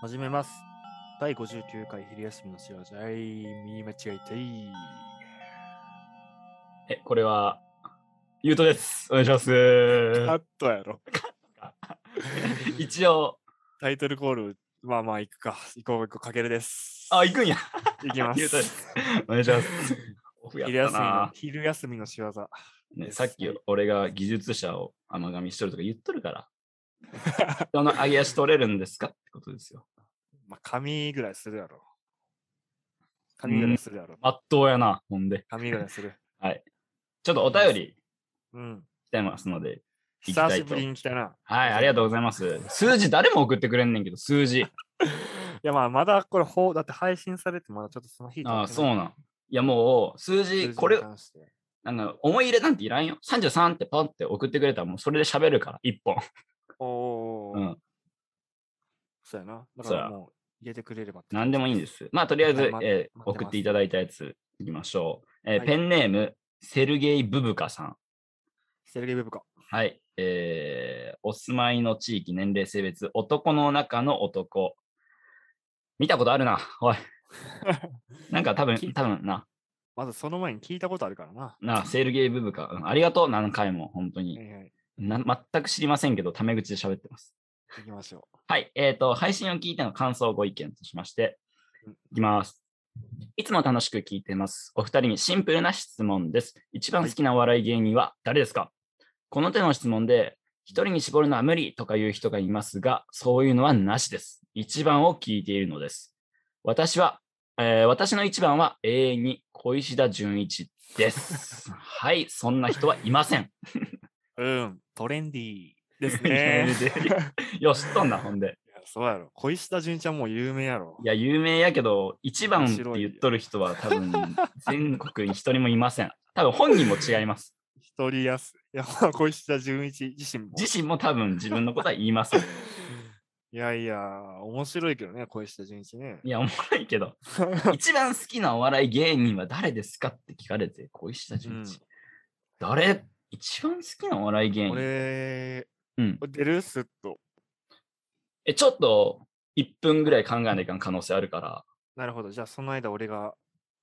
始めます。第59回昼休みの幸せ。はい、見間違えたい。え、これは、ゆうとです。お願いします。カットやろ。一応、タイトルコール、まあまあ行くか。行こう行こう、かけるです。あ、行くんや。行きま。ゆうとですす。お願いします。オフや昼っ休みたのな、、昼休みの仕業。ね。さっき俺が技術者を甘噛みしとるとか言っとる から。人の揚げ足取れるんですかってことですよ。まあ、髪ぐらいするやろ。髪ぐらいするやろ。まっとうやな、ほんで。髪ぐらいする。はい。ちょっとお便り うん。来てますので。行きたい久としぶりに来たな。はい、ありがとうございます。数字、誰も送ってくれんねんけど、数字。いやまあまだこれ、ほうだって配信されてまだちょっとその日ああ、そうなん。いや、もう、数字、これ、あの、思い入れなんていらんよ。33ってパンって送ってくれたらもうそれで喋るから、1本。おおー、うん。そうやな。だそかうやらもう入れてくれればって感じ。何でもいいんです。まあ、とりあえず、はいまえー待ってます送っていただいたやついきましょう。えーはいペンネーム、セルゲイ・ブブカさん。セルゲイ・ブブカ。はい。えーお住まいの地域、年齢、性別、男の中の男。見たことあるな、 おい。なんか多分、多分な、まずその前に聞いたことあるからな。な、セルゲイ・ブブカ、うんありがとう、何回も、本当はに。いはい。な全く知りませんけど、タメ口で喋ってます。行きましょはい、えっ、と、配信を聞いての感想をご意見としまして、うんいきます。いつも楽しく聞いてます。お二人にシンプルな質問です。一番好きなお笑い芸人は誰ですか、この手の質問で、一人に絞るのは無理とかいう人がいますが、そういうのはなしです。一番を聞いているのです。私は、えー私の一番は永遠に小石田純一です。はい、そんな人はいません。う。うん。トレンディー ですいやいね。やいやよ、知っとんな、ほんで。いやそうやろ。小石田純ちゃんもう有名やろ。いや、有名やけど、一番って面白い言っとる人は多分、全国に一人もいません。多分本人も違います。一人やす。 いや、まあ小石田純一自身も。自身も多分自分のことは言いません。いやいや、面白いけどね、小石田純一ね。いや、おもろい けど、一番好きなお笑い芸人は誰ですかって聞かれて、小石田純一。うん誰一番好きなお笑い芸人俺、うん出るすっと。え、ちょっと1分ぐらい考えないかん可能性あるから、なるほど。じゃあ、その間俺が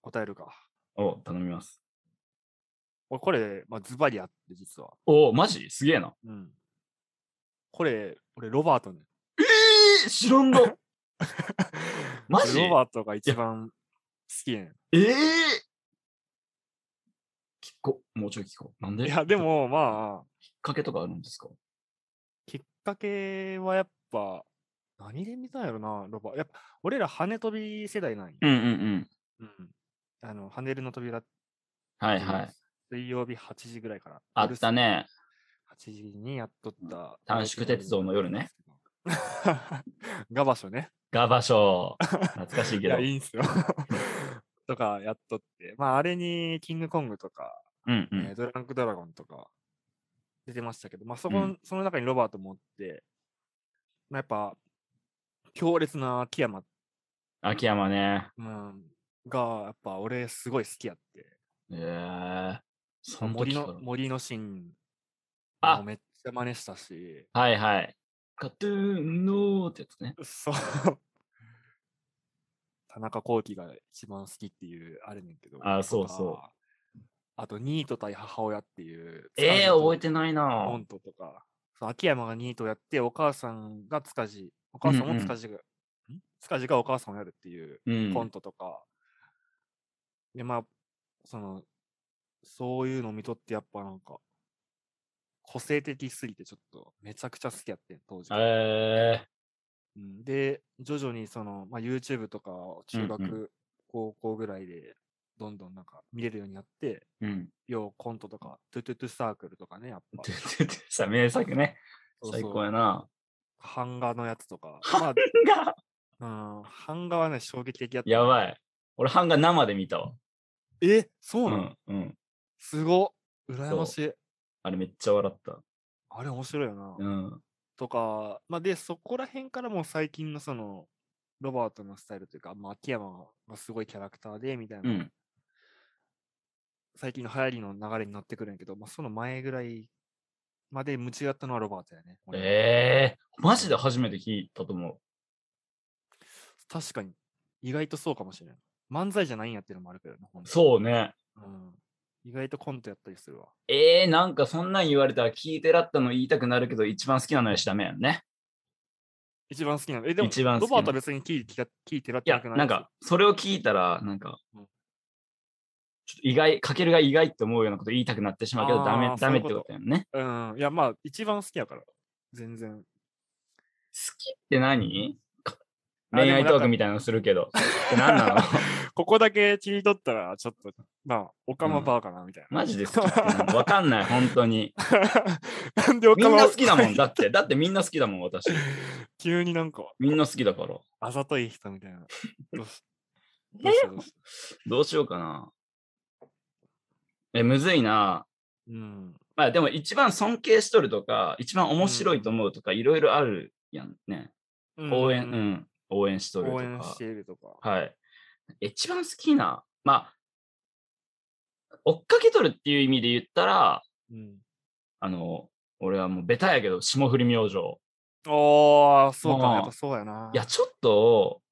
答えるか。お頼みます。俺、これ、まあ、ズバリあって、実は。おマジすげえな。うん。これ、俺、ロバートね。えー、知らんの マジロバートが一番好きやねん。ええ聞こう、もうちょい聞こう。なんでいや、で、きっもまあ、かけとかあるんですかきっかけはやっぱ、何で見たんやろな、ロバ。やっぱ、俺ら羽飛び世代なんや。うんうんうん。うんあの、羽根の扉ってはいいうはい。水曜日8時ぐらいから。あった。ね。 8時にやっとった。短縮鉄道の夜ね。が場所ね。ガバショー。懐かしいいけど。や、ういんいんすよ。 とかやっとって。まあ、あれにキングコングとか、うん。えードランクドラゴンとか出てましたけど、まあ、そこ、うんその中にロバートもおって、まあ、やっぱ、強烈な秋山、秋山ね。うん、が、やっぱ俺すごい好きやって、えー、その森時かの森のシーンあもめっちゃ真似したし、ら。はいはい。カトゥーンのーってやつね。そう。 田中幸喜が一番好きっていうあれねんけど。あそうとかそあと、ニート対母親っていう。ええー、覚えてないコなン。トとか、そう秋山がニートやって、お母さんが塚地、お母さんうんうもん塚地が、ん塚地がお母さんをやるっていううコンん。トとか、で、まあ、その、そういうの見とって、やっぱなんか、個性的すぎて、ちょっと、めちゃくちゃ好きやってん、当時から。えうんで、徐々にその、まあ、YouTube とか、中学、うんう高校ぐらいで、どんどんなんか見れるようになって、ー、 うん。ようコントとか、トゥトゥトゥサークルとかね、やっぱ。さ、名作ね。そうそう最高やな。版画のやつとか。ま版画あ、うん、版画はね、衝撃的やった。 やばい。俺、版画生で見たわ。え、そううなの、ん。うん。すごっ。羨ましい。あれめっちゃ笑った。あれ面白いよな。うん。とか、まあ、で、そこら辺からもう最近のその、ロバートのスタイルというか、まあ、秋山がすごいキャラクターで、みたいな、うん。最近の流行りの流れになってくるんやけど、まあ、その前ぐらいまで夢中だったのはロバートやね。俺はええマジで初めて聞いたと思確かに、意外とそうかもしれない。漫才じゃないんやっていうのもあるけどね。ほんとそうね。うん。意外とコントやったりするわ。えー、なんかそんなん言われたら聞いてらったの言いたくなるけど、一番好きなのやしダメやんね。一番好きなの。え、でも、一番好ロきなバートは別に聞いてら聞いてらっいてやな、くないなんか、それを聞いたら、なんかうん、ちょっと意外、かけるが意外って思うようなこと言いたくなってしまうけど、ダあメー、ダメってそういうこことやんね。うん。いや、まあ、一番好きやから。全然。好きって何かあでも恋愛なんかトークみたいなのするけど。って何 なのここだけ切り取ったら、ちょっと、まあ、オカマバーかな、みたいな。マジで好きって何 わかんない、本当に。なんでオみカんマな好きだもん。だって、だってみんな好きだもん、私。急になんか、みんな好きだから。あざとい人みたい な。どうしどうしたどうしたどうしようかな。え、むずいな。うん。まあでも一番尊敬しとるとか、一番面白いと思うとか、いろいろあるやんね。応援、ううんん、応援しとると応か。援しているとか。はい。一番好きな、まあ、追っかけとるっていう意味で言ったら、うん。あの、俺はもうベタやけど、霜降り明星。おー、そうまあか、やっぱそうやな。いや、、ちょっと、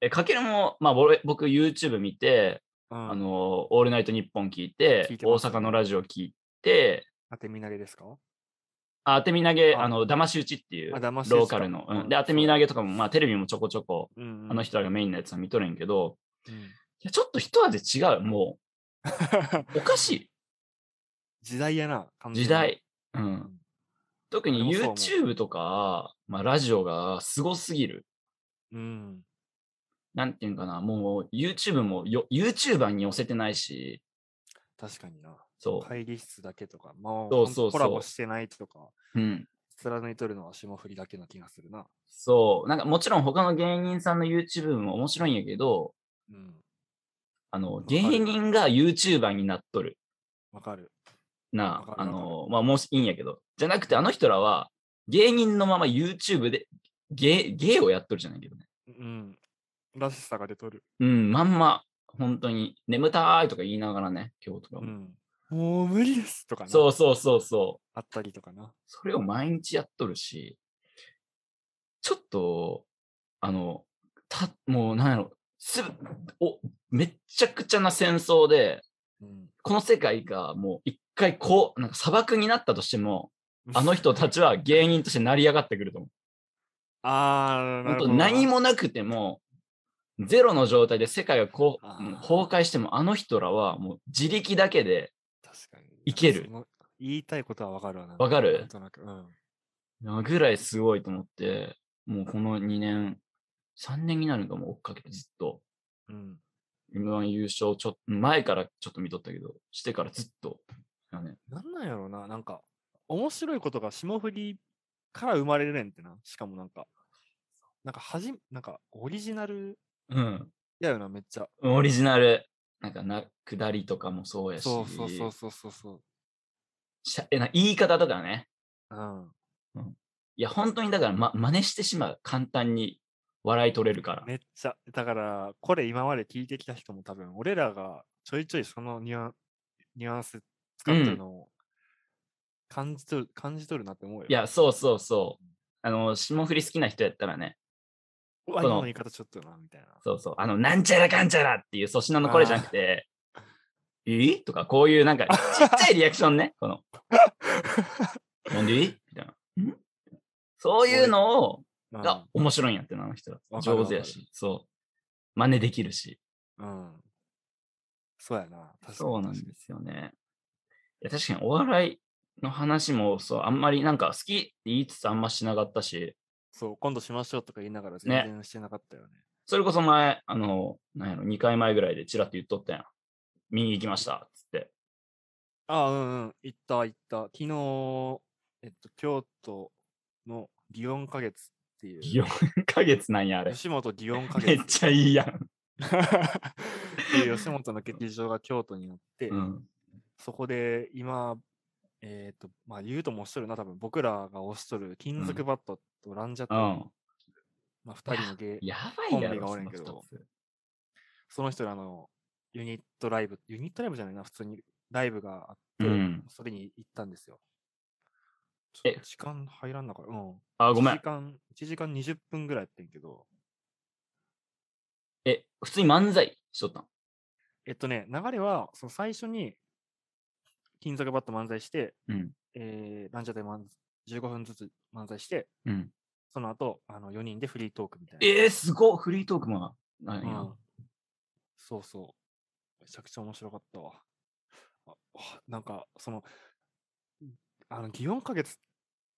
え、かけるも、まあ、俺僕 YouTube 見て、うん、あの、オールナイトニッポン聞いて、聞いて大ますね阪のラジオ聞いて、当てみなれですかあ当て身投げ、ああの、騙し討ちっていう、あロ騙し討ちかーカルの。うん、で、うん当て身投げとかも、まあ、テレビもちょこちょこ、うん、うん。あの人らがメインのやつは見とるんやけど、うん いや、ちょっと一味違う。もう、おかし時代やな、い。完全に時。代。う。うんん。特に俺もそう YouTube とか、まあ、ラジオがすごすぎる。うん。なんていうんかな、もう YouTube もよ、YouTuber に寄せてないし、確かにな。そ会議室だけとか、もそううそうそうコラボしてないとか、う。うん。貫いとるのは霜降りだけな気がするな。そう。なんかもちろん他の芸人さんの YouTube も面白いんやけど、うん。あの、かる芸人が YouTuber になっとる。わかる。なわか、るあわかの、まあ、もういいんやけど。じゃなくて、あの人らは、芸人のまま YouTube で芸、芸をやっとるじゃないけどね。うん。らしさが出とる。うん、まんま、本当に、眠たいとか言いながらね、今日とかうも。ん。もう無理ですとかな。。そううそうそうそう。あったりとかな。それを毎日やっとるし、ちょっと、あの、た、もうなんやろ、すぶ、お、めっちゃくちゃな戦争で、うん。この世界がもう一回こう、なんか砂漠になったとしても、あの人たちは芸人として成り上がってくると思う。 あー、な本る当ほどな何。もなくても、ゼロの状態で世界がこうあーもう崩壊しても、あの人らはもう自力だけで、確かに。いけるその。言いたいことはわかるわな。わかるなんとなく。うん。ぐらいすごいと思って、もうこの2年、3年になるのかも追っかけてずっと。うん。 M1 優勝ちょっと前からちょっと見とったけど、してからずっと、だね、なんなんやろうな。なんか、面白いことが霜降りから生まれるねんってな。しかもなんか、なんか、はじ、なんか、オリジナルうん、やよな、めっちゃ。オリジナル、なんかな、下りとかもそうやし、そうそうそうそうそうそう。しゃえな言い方とかね、うん。いや、本当にだから、ま、真似してしまう、簡単に笑い取れるから。めっちゃ。だから、これ今まで聞いてきた人も多分、俺らがちょいちょいそのニュアンニュアンス使ってうんるのを感じ取る、感じ取るなって思うよ。い、や、そうそうそう。あの、霜降り好きな人やったらね、うわ、そ今のの言い方ちょっとな、みたいな。そうそう、あの、なんちゃらかんちゃらっていう粗品のこれじゃなくて、えとか、こういうなんか、ちっちゃいリアクション ね、この、なんでみたいな。んそういうのを、うんが面白いんやってな、あの人は。わかるわ上かる手やし、そう。真似できるし。うん。そうやな。確かにそうなんで確かにすよね。いや、確かにお笑いの話も、そう、あんまりなんか好きって言いつつあんましなかったし、そう、今度しましょうとか言いながら全ね然してなかったよね。それこそ前、あの、なんやろ、2回前ぐらいでチラッと言っとったやん。見に行きました、つって。ああ、うんうん。行った、行った。昨日、えっと、京都の祇園花月っていう。 4ヶ月なんや、あれ。吉本祇園花め月 っちゃいいやん。っていう吉本の劇場が京都にあって、うん。そこで今、えっ、と、まあ言うとも推しとるな、多分僕らが推しとる金属バットとランジャッうト、ん。まあ2人の芸、やばいコやンビろ、がおるんそやのけど二つその人らのユニットライブ、ユニットライブじゃないな、普通にライブがあって、うんそれに行ったんですよ。ちょえっと時間入らんなから、うん。あ、ごめ1ん時。間、1時間20分ぐらいやってんけど、普通に漫才しとったんえっとね、流れは、その最初に、金属バット漫才して、うん。えー、ランジャタイ漫15分ずつ漫才して、うん。その後、あの4人でフリートークみたいな。えー、すごいフリートークもないうな。んそうそう。めちゃくちゃ面白かったわ。ああなんか、その、あの、祇園花月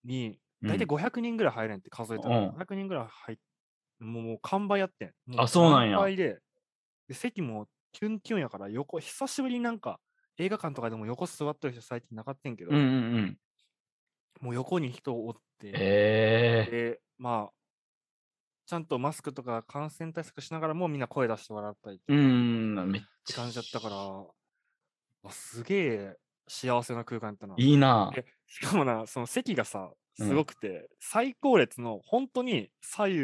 に、大体うん500人ぐらい入れんって数えたら、うん500人ぐらい入っもうもう完売やってん。もあそうなんや完売で、で席もキュンキュンやから、横、久しぶりになんか、映画館とかでも横座ってる人最近なかったんけど、うんうんうん。もう横に人をおって、えー、で、まあ、ちゃんとマスクとか感染対策しながらもみんな声出して笑ったりっうん、めってちゃ感じだったから、あすげえ幸せな空間やったな。いいな。でしかもな、その席がさ、うんすごくて、最高列の本当に左右、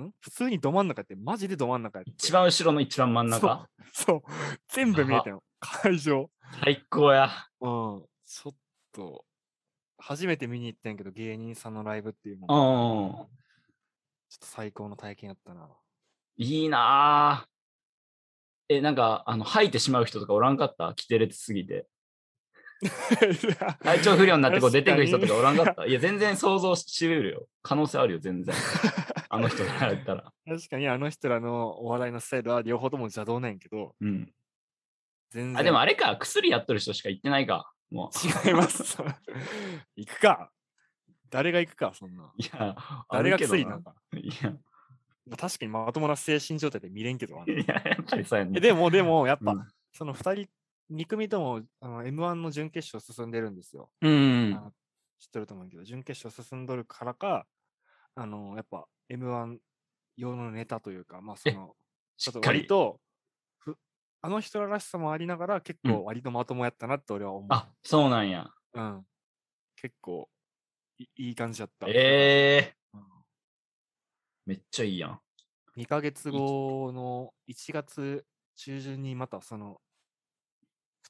ん普通にど真ん中やって、マジでど真ん中やって。 一番後ろの一番真んそ中。そう、全部見えたよ、会場。最高や。うん、ちょっと、初めて見に行ったんやけど、芸人さんのライブっていうもんう、ん。ちょっと最高の体験やったな。いいなぁ。え、なんか、あの、吐いてしまう人とかおらんかった規定列すぎて。 体調不良 になってこう出てくる人とかおらんかったいや、全然想像しうるよ。可能性あるよ、全然。あの人がやっ たら。確かにあの人らのお笑いのスタイルは両方とも邪道なんやけど、うん。全然あ、でもあれか、薬やっとる人しか行ってないか。も違います。行くか誰が行くかそんな。う。いや、誰があるけど薬なんか。 いや、まあ確かにまともな精神状態で見れんけどな。いや、やっぱりそうやね。えでも、でも、やっぱ、うんその2人、2組ともあの M1 の準決勝進んでるんですよ。うんあ。の知ってると思うけど、準決勝進んどるからか、あの、やっぱ M1 用のネタというか、まあそえの、しちょっっとか割り。と、ふあの人らしさもありながら、結うん構割とまともやったなって俺は思う。あ、そうなんや。うん。結構い、いい感じだった。ええうんめっちゃいいやん。 2ヶ月い後の1月中旬にまたその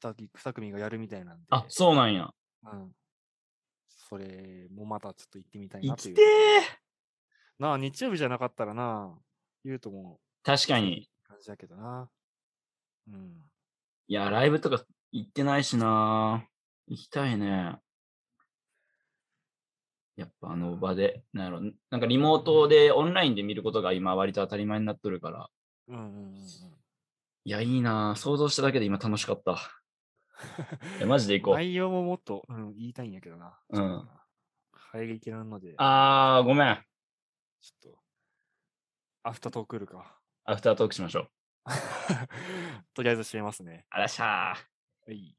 2, 2組がやるみたいなんで、あ、そうなんや。うん、それもまたちょっと行ってみたい行なといきう。てーなあ、日曜日じゃなかったらな、言うとも確かに。感じだけどな。うん。いや、ライブとか行ってないしなぁ行きたいね。やっぱあの場で、なんやろ、なんかリモートでオンラインで見ることが今割と当たり前になっとるから。うんうんうんうん。いや、いいなぁ想像しただけで今楽しかった。いや、マジで行こう。内容ももっと、うん、言いたいんやけどな。うんちょっとな。入りきらんので、あー、ごめん。ちょっと、アフタートークールか。 アフタートークしましょう。とりあえず閉めますね。あらっしゃー。はい。